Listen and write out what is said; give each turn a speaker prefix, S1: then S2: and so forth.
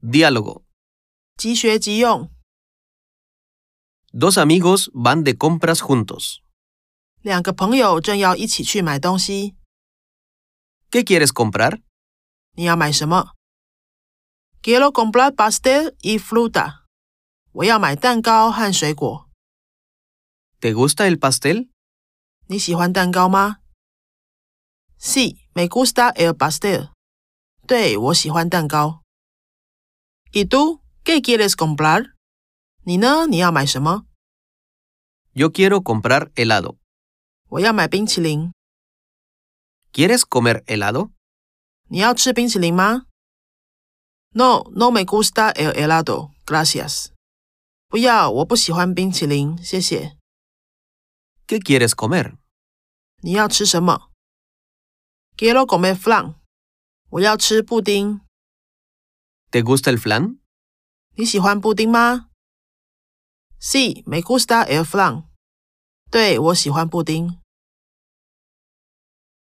S1: Diálogo.
S2: 即学即用。
S1: Dos amigos van de compras juntos.
S2: 两个朋友正要一起去买东西，
S1: ¿Qué quieres comprar?
S2: 你要买什么？Quiero comprar pastel y fruta。我要买蛋糕和水果。
S1: ¿Te gusta el pastel?
S2: 你喜欢蛋糕吗？Sí, me gusta el pastel。对，我喜欢蛋糕。¿Y tú qué quieres comprar？你呢？你要买什么？
S1: Yo quiero comprar helado.
S2: 我要买冰淇淋。
S1: ¿Quieres comer helado?
S2: 你要吃冰淇淋吗？No, no me gusta el helado, gracias。不要，我不喜欢冰淇淋，谢谢。
S1: ¿Qué quieres comer?
S2: 你要吃什么？Quiero comer flan。我要吃布丁。
S1: ¿Te gusta el flan?
S2: 你喜欢布丁吗？Sí, me gusta el flan。对，我喜欢布丁。